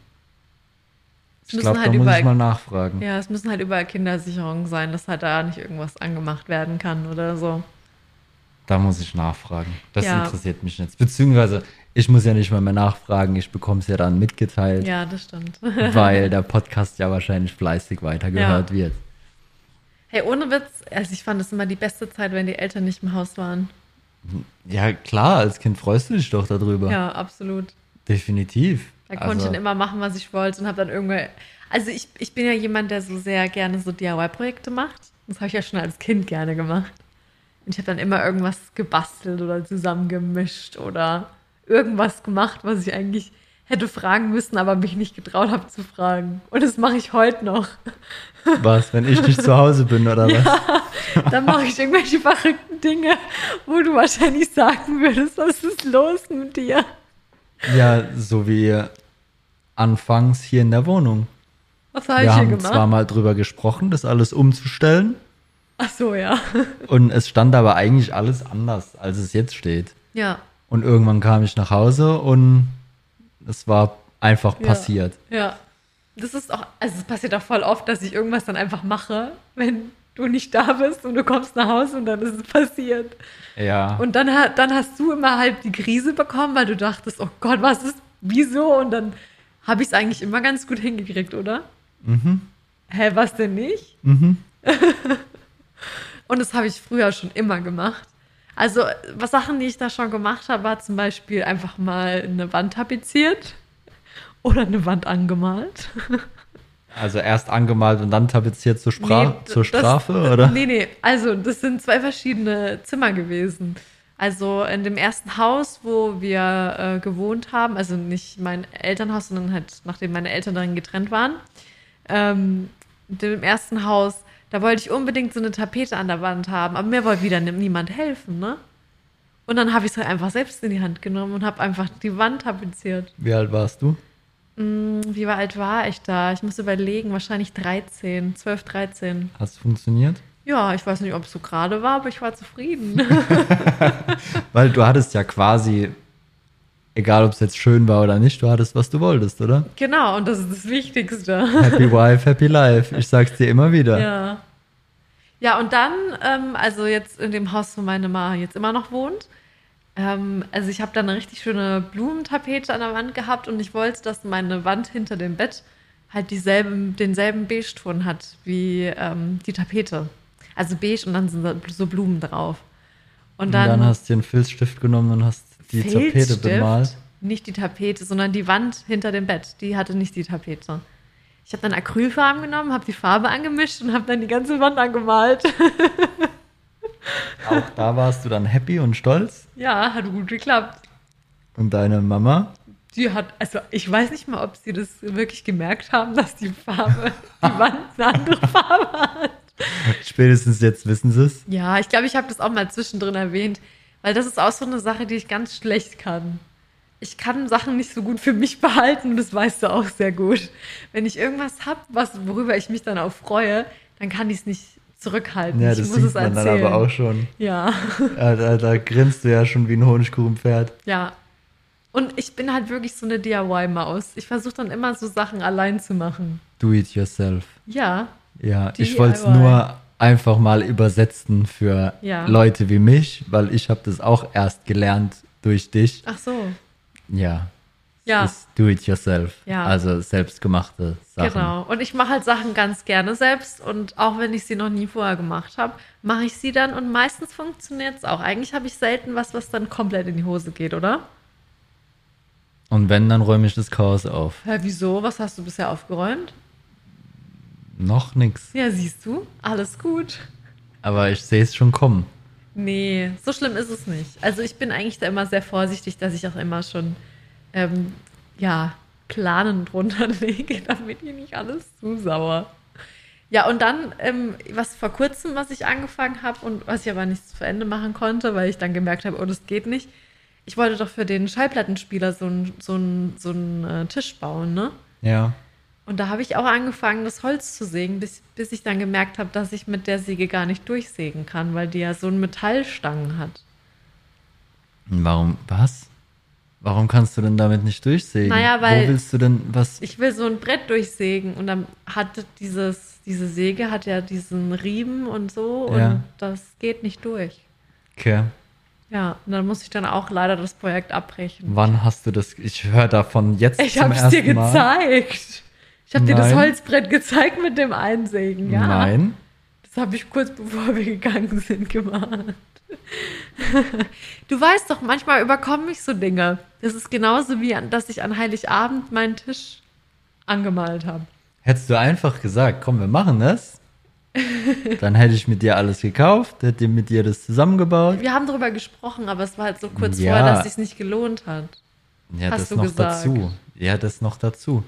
B: Ich
A: müssen
B: glaube,
A: halt
B: da muss ich
A: überall-
B: mal nachfragen.
A: Ja, es müssen halt überall Kindersicherungen sein, dass halt da nicht irgendwas angemacht werden kann oder so.
B: Da muss ich nachfragen. Das
A: Ja.
B: interessiert mich jetzt. Beziehungsweise, ich muss ja nicht mal mehr nachfragen, ich bekomme es ja dann mitgeteilt.
A: Ja, das stimmt.
B: Weil der Podcast ja wahrscheinlich fleißig weitergehört
A: Ja.
B: wird.
A: Hey, ohne Witz, also ich fand das immer die beste Zeit, wenn die Eltern nicht im Haus waren.
B: Ja, klar, als Kind freust du dich doch darüber.
A: Ja, absolut.
B: Definitiv. Also,
A: Da konnte ich dann immer machen, was ich wollte und habe dann irgendwann. Also ich, ich bin ja jemand, der so sehr gerne so DIY-Projekte macht. Das habe ich ja schon als Kind gerne gemacht. Und ich habe dann immer irgendwas gebastelt oder zusammengemischt oder irgendwas gemacht, was ich eigentlich hätte fragen müssen, aber mich nicht getraut habe zu fragen. Und das mache ich heute noch.
B: Was, wenn ich nicht zu Hause bin oder was?
A: Dann mache ich irgendwelche verrückten Dinge, wo du wahrscheinlich sagen würdest, was ist los mit dir?
B: Ja, so wie anfangs hier in der Wohnung.
A: Was habe ich
B: Wir
A: hier
B: haben zwar
A: gemacht?
B: mal drüber gesprochen, das alles umzustellen.
A: Ach so, ja.
B: Und es stand aber eigentlich alles anders, als es jetzt steht.
A: Ja,
B: Und irgendwann kam ich nach Hause und es war einfach passiert.
A: Ja. Das ist auch, also es passiert auch voll oft, dass ich irgendwas dann einfach mache, wenn du nicht da bist und du kommst nach Hause und dann ist es passiert.
B: Ja.
A: Und dann, ha- dann hast du immer halt die Krise bekommen, weil du dachtest, oh Gott, was ist, wieso? Und dann habe ich es eigentlich immer ganz gut hingekriegt, oder? Mhm. Hä, was denn nicht?
B: mhm.
A: Und das habe ich früher schon immer gemacht. Also, was Sachen, die ich da schon gemacht habe, war zum Beispiel einfach mal eine Wand tapeziert oder eine Wand angemalt.
B: Also erst angemalt und dann tapeziert zur, Spra
A: Nee, d-
B: zur
A: das-
B: Strafe,
A: d-
B: oder?
A: Nee, nee, also das sind zwei verschiedene Zimmer gewesen. Also in dem ersten Haus, wo wir äh, gewohnt haben, also nicht mein Elternhaus, sondern halt nachdem meine Eltern darin getrennt waren, ähm, in dem ersten Haus, da wollte ich unbedingt so eine Tapete an der Wand haben, aber mir wollte wieder ni- niemand helfen, ne? Und dann habe ich es halt einfach selbst in die Hand genommen und habe einfach die Wand tapeziert.
B: Wie alt warst du?
A: Hm, Wie alt war ich da? Ich muss überlegen, wahrscheinlich 13, 12, 13.
B: Hast funktioniert?
A: Ja, ich weiß nicht, ob es so gerade war, aber ich war zufrieden.
B: Weil du hattest ja quasi, egal ob es jetzt schön war oder nicht, du hattest, was du wolltest, oder?
A: genau, und das ist das Wichtigste.
B: Happy Wife, Happy Life. Ich sag's dir immer wieder.
A: ja. Ja, und dann, ähm, also jetzt in dem Haus, wo meine Ma jetzt immer noch wohnt, ähm, also ich habe da eine richtig schöne Blumentapete an der Wand gehabt und ich wollte, dass meine Wand hinter dem Bett halt dieselben, denselben Beige-Ton hat wie ähm, die Tapete. Also beige und dann sind da so Blumen drauf.
B: Und dann, hast du den Filzstift genommen und hast die Tapete
A: Filzstift,
B: bemalt.
A: Nicht die Tapete, sondern die Wand hinter dem Bett. Die hatte nicht die Tapete. Ich habe dann Acrylfarben genommen, habe die Farbe angemischt und habe dann die ganze Wand angemalt.
B: Auch da warst du dann happy und stolz.
A: ja, hat gut geklappt.
B: Und deine Mama?
A: Die hat, also ich weiß nicht mal, ob sie das wirklich gemerkt haben, dass die Farbe, die Wand eine andere Farbe hat.
B: Spätestens jetzt wissen sie es.
A: Ja, ich glaube, ich habe das auch mal zwischendrin erwähnt, weil das ist auch so eine Sache, die ich ganz schlecht kann. Ich kann Sachen nicht so gut für mich behalten und das weißt du auch sehr gut. Wenn ich irgendwas habe, was, worüber ich mich dann auch freue, dann kann ich es nicht zurückhalten.
B: Ja,
A: ich
B: das
A: muss
B: sieht
A: es
B: man
A: erzählen.
B: dann aber auch schon.
A: Ja,
B: Da, da, da grinst du ja schon wie ein Honigkuchenpferd.
A: ja. Und ich bin halt wirklich so eine DIY-Maus. Ich versuche dann immer so Sachen allein zu machen.
B: Do it yourself.
A: Ja,
B: Ja, ich
A: DIY.
B: wollte es nur einfach mal übersetzen für
A: Ja.
B: Leute wie mich, weil ich habe das auch erst gelernt durch dich.
A: ach so.
B: Ja.
A: Ja.
B: Es Ist do it yourself.
A: Ja.
B: Also selbstgemachte Sachen.
A: Genau. Und ich mache halt Sachen ganz gerne selbst. Und auch wenn ich sie noch nie vorher gemacht habe, mache ich sie dann. Und meistens funktioniert es auch. Eigentlich habe ich selten was, was dann komplett in die Hose geht, oder?
B: Und wenn, dann räume ich das Chaos auf.
A: Hä, wieso? Was hast du bisher aufgeräumt?
B: Noch nix.
A: Ja, siehst du. Alles gut.
B: Aber ich sehe es schon kommen.
A: Nee, so schlimm ist es nicht. Also ich bin eigentlich da immer sehr vorsichtig, dass ich auch immer schon, ähm, ja, Planen drunter lege, damit ihr nicht alles zu sauer. Ja, und dann, ähm, was vor kurzem, was ich angefangen habe und was ich aber nicht zu Ende machen konnte, weil ich dann gemerkt habe, oh, das geht nicht. Ich wollte doch für den Schallplattenspieler so einen so einen- so einen, äh, Tisch bauen, ne?
B: Ja.
A: Und da habe ich auch angefangen, das Holz zu sägen, bis, bis ich dann gemerkt habe, dass ich mit der Säge gar nicht durchsägen kann, weil die ja so einen Metallstangen hat.
B: Und warum, was? Warum kannst du denn damit nicht durchsägen?
A: Naja, weil-
B: Wo willst du denn was?
A: Ich will so ein Brett durchsägen und dann hat dieses, diese Säge hat ja diesen Riemen und so und
B: Ja.
A: das geht nicht durch.
B: Okay.
A: Ja, und dann muss ich dann auch leider das Projekt abbrechen.
B: Wann hast du das? Ich höre davon jetzt
A: Ich
B: zum
A: habe es
B: ersten
A: dir
B: Mal.
A: gezeigt. Ich habe dir das
B: Nein.
A: Holzbrett gezeigt mit dem Einsägen, ja.
B: Nein.
A: Das habe ich kurz bevor wir gegangen sind gemacht. Du weißt doch, manchmal überkommen mich so Dinge. Das ist genauso wie, an- dass ich an Heiligabend meinen Tisch angemalt habe.
B: Hättest du einfach gesagt, komm, wir machen das. Dann hätte ich mit dir alles gekauft, hätte mit dir das zusammengebaut.
A: Wir haben darüber gesprochen, aber es war halt so kurz
B: Ja.
A: vorher, dass es nicht gelohnt hat.
B: Ja,
A: Hast
B: das
A: du
B: noch
A: gesagt.
B: dazu. Ja, das noch dazu.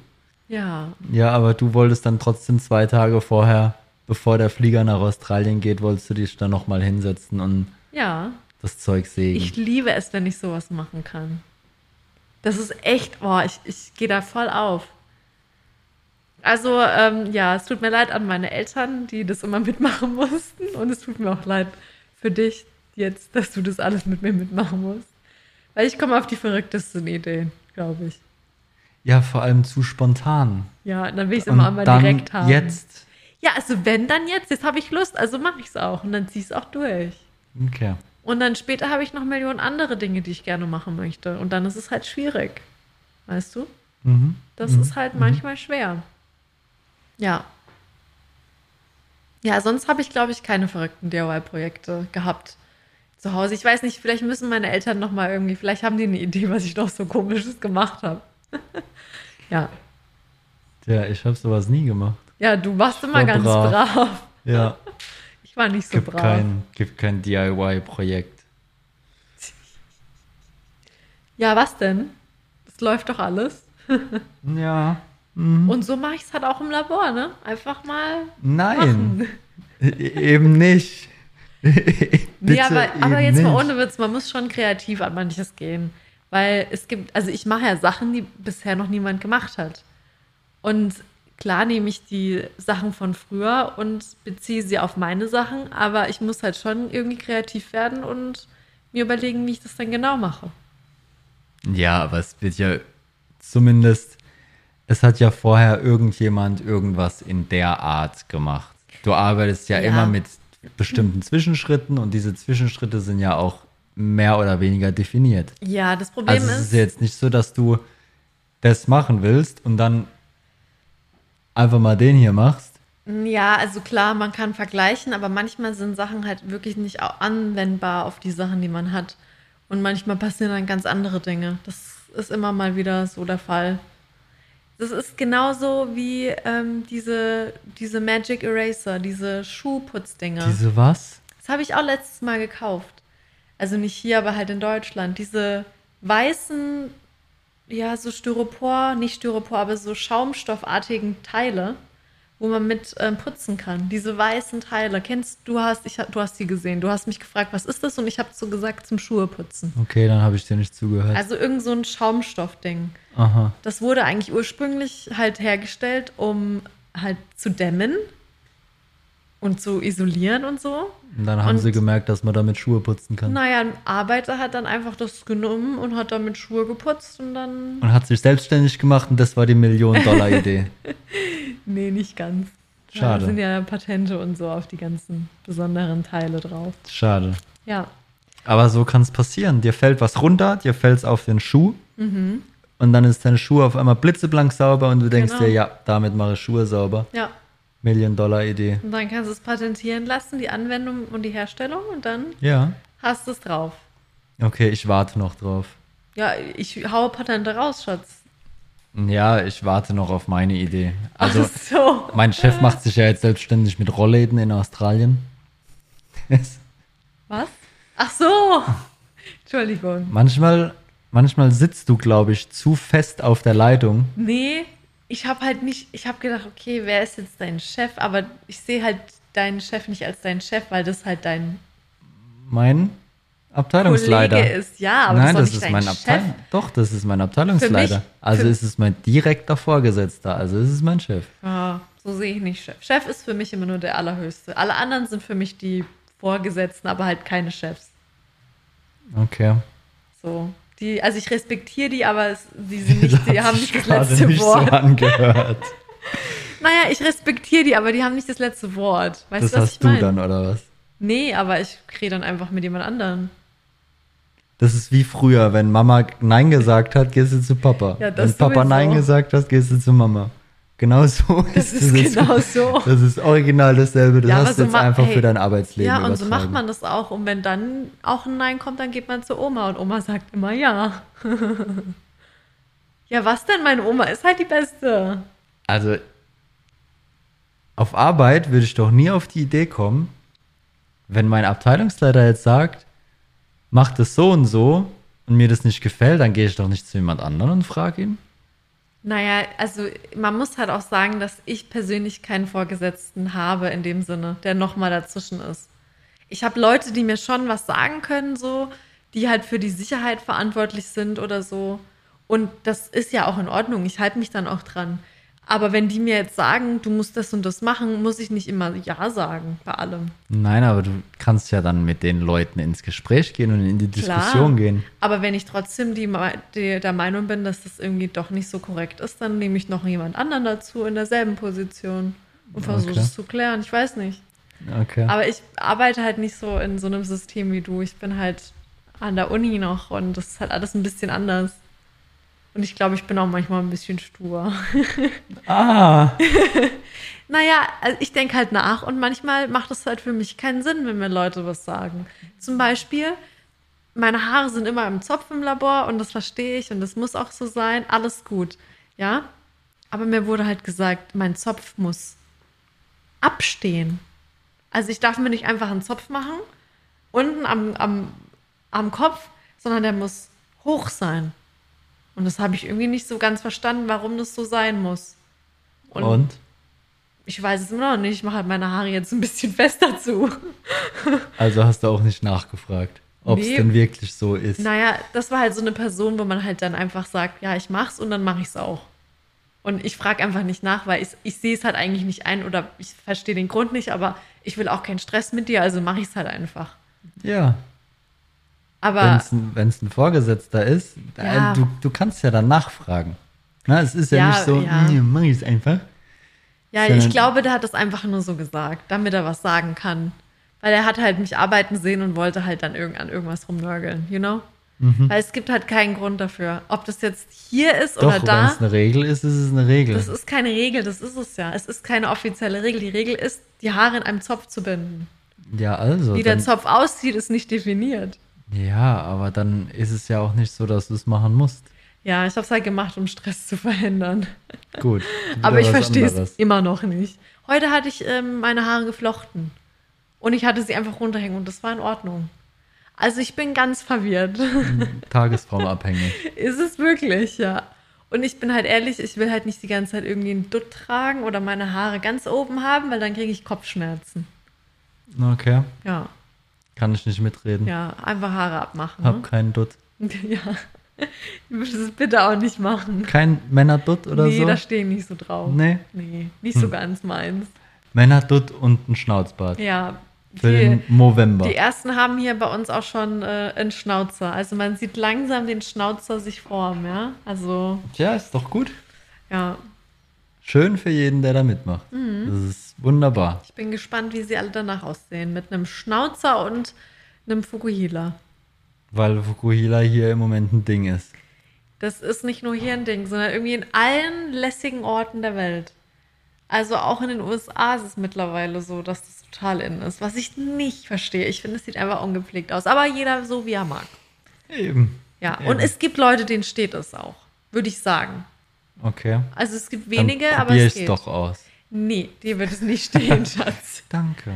A: Ja,
B: Ja, aber du wolltest dann trotzdem zwei Tage vorher, bevor der Flieger nach Australien geht, wolltest du dich dann nochmal hinsetzen und
A: ja.
B: das Zeug sägen.
A: Ich liebe es, wenn ich sowas machen kann. Das ist echt, boah, ich, ich gehe da voll auf. Also, ähm, ja, es tut mir leid an meine Eltern, die das immer mitmachen mussten. Und es tut mir auch leid für dich jetzt, dass du das alles mit mir mitmachen musst. Weil ich komme auf die verrücktesten Ideen, glaube ich.
B: ja, vor allem zu spontan.
A: Ja, dann will ich es
B: Und
A: immer einmal
B: dann
A: direkt haben.
B: jetzt.
A: Ja, also wenn, dann jetzt. Jetzt habe ich Lust, also mache ich es auch. Und dann ziehe ich es auch durch.
B: Okay.
A: Und dann später habe ich noch Millionen andere Dinge, die ich gerne machen möchte. Und dann ist es halt schwierig. Weißt du?
B: Mhm.
A: Das ist halt manchmal schwer. Ja. Ja, sonst habe ich, glaube ich, keine verrückten DIY-Projekte gehabt zu Hause. Ich weiß nicht, vielleicht müssen meine Eltern noch mal irgendwie, vielleicht haben die eine Idee, was ich noch so komisches gemacht habe. ja.
B: Ja, ich habe sowas nie gemacht.
A: Ja, du warst immer
B: war
A: ganz brav.
B: brav. Ja,
A: Ich war nicht so
B: gibt
A: brav.
B: kein, gibt kein DIY-Projekt.
A: Ja, was denn? Das läuft doch alles.
B: Ja. Mhm.
A: Und so mache ich es halt auch im Labor, ne? Einfach mal.
B: Nein. E- Eben nicht. Bitte
A: Nee, aber, aber
B: eben
A: jetzt mal
B: nicht.
A: ohne Witz, man muss schon kreativ an manches gehen. Weil es gibt, also ich mache ja Sachen, die bisher noch niemand gemacht hat. Und klar nehme ich die Sachen von früher und beziehe sie auf meine Sachen, aber ich muss halt schon irgendwie kreativ werden und mir überlegen, wie ich das dann genau mache.
B: Ja, aber es wird ja zumindest, es hat ja vorher irgendjemand irgendwas in der Art gemacht. Du arbeitest ja,
A: Ja.
B: immer mit bestimmten Zwischenschritten und diese Zwischenschritte sind ja auch mehr oder weniger definiert.
A: Ja, das Problem
B: Also es
A: ist.
B: ist jetzt nicht so, dass du das machen willst und dann einfach mal den hier machst.
A: Ja, also klar, man kann vergleichen, aber manchmal sind Sachen halt wirklich nicht au- anwendbar auf die Sachen, die man hat. Und manchmal passieren dann ganz andere Dinge. Das ist immer mal wieder so der Fall. Das ist genauso wie ähm, diese, diese Magic Eraser, diese Schuhputzdinger.
B: Diese was?
A: Das habe ich auch letztes Mal gekauft. Also nicht hier, aber halt in Deutschland. Diese weißen, ja, so Styropor, nicht Styropor, aber so schaumstoffartigen Teile, wo man mit ähm, putzen kann. Diese weißen Teile. Kennst du hast, ich, hab- du hast die gesehen. Du hast mich gefragt, was ist das? Und ich habe so gesagt, zum Schuhe putzen.
B: Okay, dann habe ich dir nicht zugehört.
A: Also irgend so ein Schaumstoffding.
B: Aha.
A: Das wurde eigentlich ursprünglich halt hergestellt, um halt zu dämmen und zu isolieren und so.
B: Und dann haben
A: Und-
B: sie gemerkt, dass man damit Schuhe putzen kann.
A: Naja, ein Arbeiter hat dann einfach das genommen und hat damit Schuhe geputzt und dann.
B: Und hat sich selbstständig gemacht und das war die Million-Dollar-Idee.
A: Nee, nicht ganz.
B: Schade.
A: Da sind ja Patente und so auf die ganzen besonderen Teile drauf.
B: Schade.
A: Ja.
B: Aber so kann es passieren. Dir fällt was runter, dir fällt es auf den Schuh.
A: Mhm.
B: Und dann ist dein Schuh auf einmal blitzeblank sauber und du denkst
A: Genau.
B: dir, ja, damit mache ich Schuhe sauber.
A: Ja.
B: Million-Dollar-Idee.
A: Und dann kannst du es patentieren lassen, die Anwendung und die Herstellung und dann
B: Ja.
A: hast du es drauf.
B: Okay, ich warte noch drauf.
A: Ja, ich haue Patente raus, Schatz.
B: Ja, ich warte noch auf meine Idee. Also,
A: Ach so.
B: mein Chef macht sich ja jetzt selbstständig mit Rollläden in Australien.
A: Was? Ach so. Entschuldigung.
B: manchmal, manchmal sitzt du, glaube ich, zu fest auf der Leitung.
A: Nee, ich habe halt nicht, ich habe gedacht, okay, wer ist jetzt dein Chef? Aber ich sehe halt deinen Chef nicht als deinen Chef, weil das halt dein
B: Mein Abteilungsleiter.
A: Kollege ist. Ja, aber
B: Nein,
A: das
B: das
A: ist, doch
B: ist
A: nicht
B: mein
A: dein Chef.
B: Abteil. Doch, das ist mein Abteilungsleiter.
A: Für mich-
B: also
A: für-
B: ist es mein direkter Vorgesetzter. Also ist es mein Chef.
A: Ja, Oh, so sehe ich nicht Chef. Chef ist für mich immer nur der Allerhöchste. Alle anderen sind für mich die Vorgesetzten, aber halt keine Chefs.
B: Okay.
A: So. Die, also ich respektiere die, aber es, die, sind nicht, die haben
B: Das hat
A: nicht
B: sich
A: das
B: gerade
A: letzte
B: nicht
A: Wort.
B: So angehört.
A: Naja, ich respektiere die, aber die haben nicht das letzte Wort. Weißt
B: Das
A: du, was ich
B: hast du
A: meine?
B: dann, oder was?
A: Nee, aber ich rede dann einfach mit jemand anderem.
B: Das ist wie früher, wenn Mama Nein gesagt hat, gehst du zu Papa.
A: Ja, das
B: wenn Papa
A: sowieso.
B: Nein gesagt hat, gehst du zu Mama. Genau so
A: Das
B: ist
A: ist
B: es.
A: genau so.
B: Das ist original dasselbe. Das
A: Ja, aber
B: hast
A: so
B: du jetzt
A: ma-
B: einfach
A: hey.
B: für dein Arbeitsleben
A: Ja, und so macht
B: übertragen.
A: man das auch. Und wenn dann auch ein Nein kommt, dann geht man zu Oma und Oma sagt immer ja. ja, was denn? Meine Oma ist halt die Beste.
B: Also auf Arbeit würde ich doch nie auf die Idee kommen, wenn mein Abteilungsleiter jetzt sagt, mach das so und so und mir das nicht gefällt, dann gehe ich doch nicht zu jemand anderen und frage ihn.
A: Naja, also man muss halt auch sagen, dass ich persönlich keinen Vorgesetzten habe in dem Sinne, der nochmal dazwischen ist. Ich habe Leute, die mir schon was sagen können, so, die halt für die Sicherheit verantwortlich sind oder so. Und das ist ja auch in Ordnung. Ich halte mich dann auch dran. Aber wenn die mir jetzt sagen, du musst das und das machen, muss ich nicht immer Ja sagen bei allem.
B: Nein, aber du kannst ja dann mit den Leuten ins Gespräch gehen und in die
A: Klar.
B: Diskussion gehen.
A: Aber wenn ich trotzdem die, Me- die, der Meinung bin, dass das irgendwie doch nicht so korrekt ist, dann nehme ich noch jemand anderen dazu in derselben Position und versuche
B: Okay.
A: es zu klären. Ich weiß nicht.
B: Okay.
A: Aber ich arbeite halt nicht so in so einem System wie du. Ich bin halt an der Uni noch und das ist halt alles ein bisschen anders. Und ich glaube, ich bin auch manchmal ein bisschen stur.
B: ah,
A: Naja, also ich denke halt nach und manchmal macht es halt für mich keinen Sinn, wenn mir Leute was sagen. Zum Beispiel, meine Haare sind immer im Zopf im Labor und das verstehe ich und das muss auch so sein, alles gut. Ja? Aber mir wurde halt gesagt, mein Zopf muss abstehen. Also ich darf mir nicht einfach einen Zopf machen, unten am, am, am Kopf, sondern der muss hoch sein. Und das habe ich irgendwie nicht so ganz verstanden, warum das so sein muss.
B: Und?
A: Und, ich weiß es immer noch nicht. Ich mache halt meine Haare jetzt ein bisschen fester zu.
B: Also hast du auch nicht nachgefragt, ob es
A: Nee.
B: denn wirklich so ist.
A: Naja, das war halt so eine Person, wo man halt dann einfach sagt, ja, ich mach's und dann mache ich's auch. Und ich frage einfach nicht nach, weil ich, ich sehe es halt eigentlich nicht ein oder ich verstehe den Grund nicht, aber ich will auch keinen Stress mit dir, also mache ich's halt einfach.
B: Ja,
A: Aber
B: wenn es ein Vorgesetzter ist, äh,
A: Ja.
B: du, du kannst ja dann nachfragen. Na, es ist ja,
A: Ja,
B: nicht so,
A: ja.
B: nee, mach ich es einfach.
A: ja,
B: sondern-
A: ich glaube, der hat das einfach nur so gesagt, damit er was sagen kann. Weil er hat halt mich arbeiten sehen und wollte halt dann irgend an irgendwas rumnörgeln, you know? Weil es gibt halt keinen Grund dafür. Ob das jetzt hier ist
B: Doch,
A: oder
B: wenn
A: da.
B: es eine Regel ist, ist es eine Regel.
A: Das ist keine Regel, das ist es ja. Es ist keine offizielle Regel. Die Regel ist, die Haare in einem Zopf zu binden.
B: ja, also.
A: Wie der
B: dann-
A: Zopf aussieht, ist nicht definiert.
B: Ja, aber dann ist es ja auch nicht so, dass du es machen musst.
A: Ja, ich habe es halt gemacht, um Stress zu verhindern.
B: Gut. wieder
A: Aber ich
B: was
A: verstehe es
B: anderes.
A: immer noch nicht. Heute hatte ich ähm, meine Haare geflochten. Und ich hatte sie einfach runterhängen und das war in Ordnung. Also ich bin ganz verwirrt.
B: Tagesformabhängig.
A: Ist es wirklich, ja. Und ich bin halt ehrlich, ich will halt nicht die ganze Zeit irgendwie einen Dutt tragen oder meine Haare ganz oben haben, weil dann kriege ich Kopfschmerzen.
B: Okay.
A: Ja,
B: Kann ich nicht mitreden.
A: ja, einfach Haare abmachen.
B: Hab
A: Ne?
B: keinen Dutt.
A: Ja. Ich würde das bitte auch nicht machen.
B: Kein Männerdutt oder
A: nee,
B: so?
A: da stehe ich nicht so drauf.
B: Nee. Hm.
A: Nee, nicht so ganz meins.
B: Männerdutt und ein Schnauzbart.
A: Ja.
B: Für
A: Die,
B: den November.
A: die ersten haben hier bei uns auch schon äh, einen Schnauzer. Also man sieht langsam den Schnauzer sich formen, ja. Also,
B: Tja, ist doch gut.
A: ja.
B: Schön für jeden, der da mitmacht.
A: Mhm.
B: Das ist wunderbar.
A: Ich bin gespannt, wie sie alle danach aussehen. Mit einem Schnauzer und einem Fukuhila.
B: Weil Fukuhila hier im Moment ein Ding ist.
A: Das ist nicht nur hier ein Ding, sondern irgendwie in allen lässigen Orten der Welt. Also auch in den USA ist es mittlerweile so, dass das total in ist. Was ich nicht verstehe. Ich finde, es sieht einfach ungepflegt aus. Aber jeder so, wie er mag.
B: Eben.
A: Ja.
B: Eben.
A: Und es gibt Leute, denen steht es auch. Würde ich sagen.
B: Okay.
A: Also es gibt wenige,
B: Dann
A: aber
B: probier
A: es
B: ich's
A: geht.
B: doch aus.
A: Nee, dir wird es nicht stehen, Schatz.
B: Danke.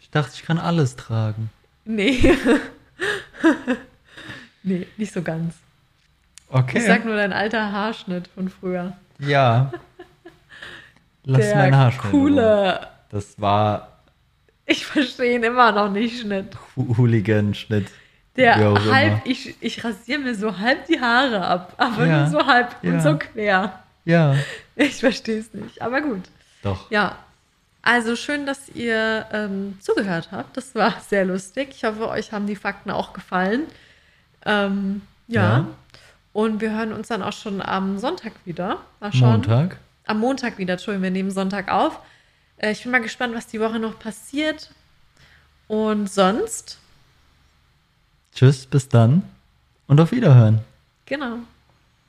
B: ich dachte, ich kann alles tragen.
A: Nee. nee, nicht so ganz.
B: Okay.
A: Ich sag nur dein alter Haarschnitt von früher.
B: ja. Lass
A: Der
B: mein Haar schneiden.
A: coole.
B: Das war
A: Ich verstehe ihn immer noch nicht, Schnitt.
B: Hu- Hooligan-Schnitt.
A: Der
B: Wie auch
A: halb,
B: immer.
A: ich, ich rasiere mir so halb die Haare ab, aber
B: Ja,
A: nur so halb
B: ja.
A: und so quer.
B: Ja.
A: Ich verstehe es nicht, aber gut.
B: Doch.
A: Ja, also schön, dass ihr ähm, zugehört habt. Das war sehr lustig. Ich hoffe, euch haben die Fakten auch gefallen. Ähm, ja.
B: Ja.
A: Und wir hören uns dann auch schon am Sonntag wieder. Mal schauen.
B: Montag.
A: Am Montag wieder, Entschuldigung, wir nehmen Sonntag auf. Äh, ich bin mal gespannt, was die Woche noch passiert. Und sonst,
B: Tschüss, bis dann und auf Wiederhören.
A: genau.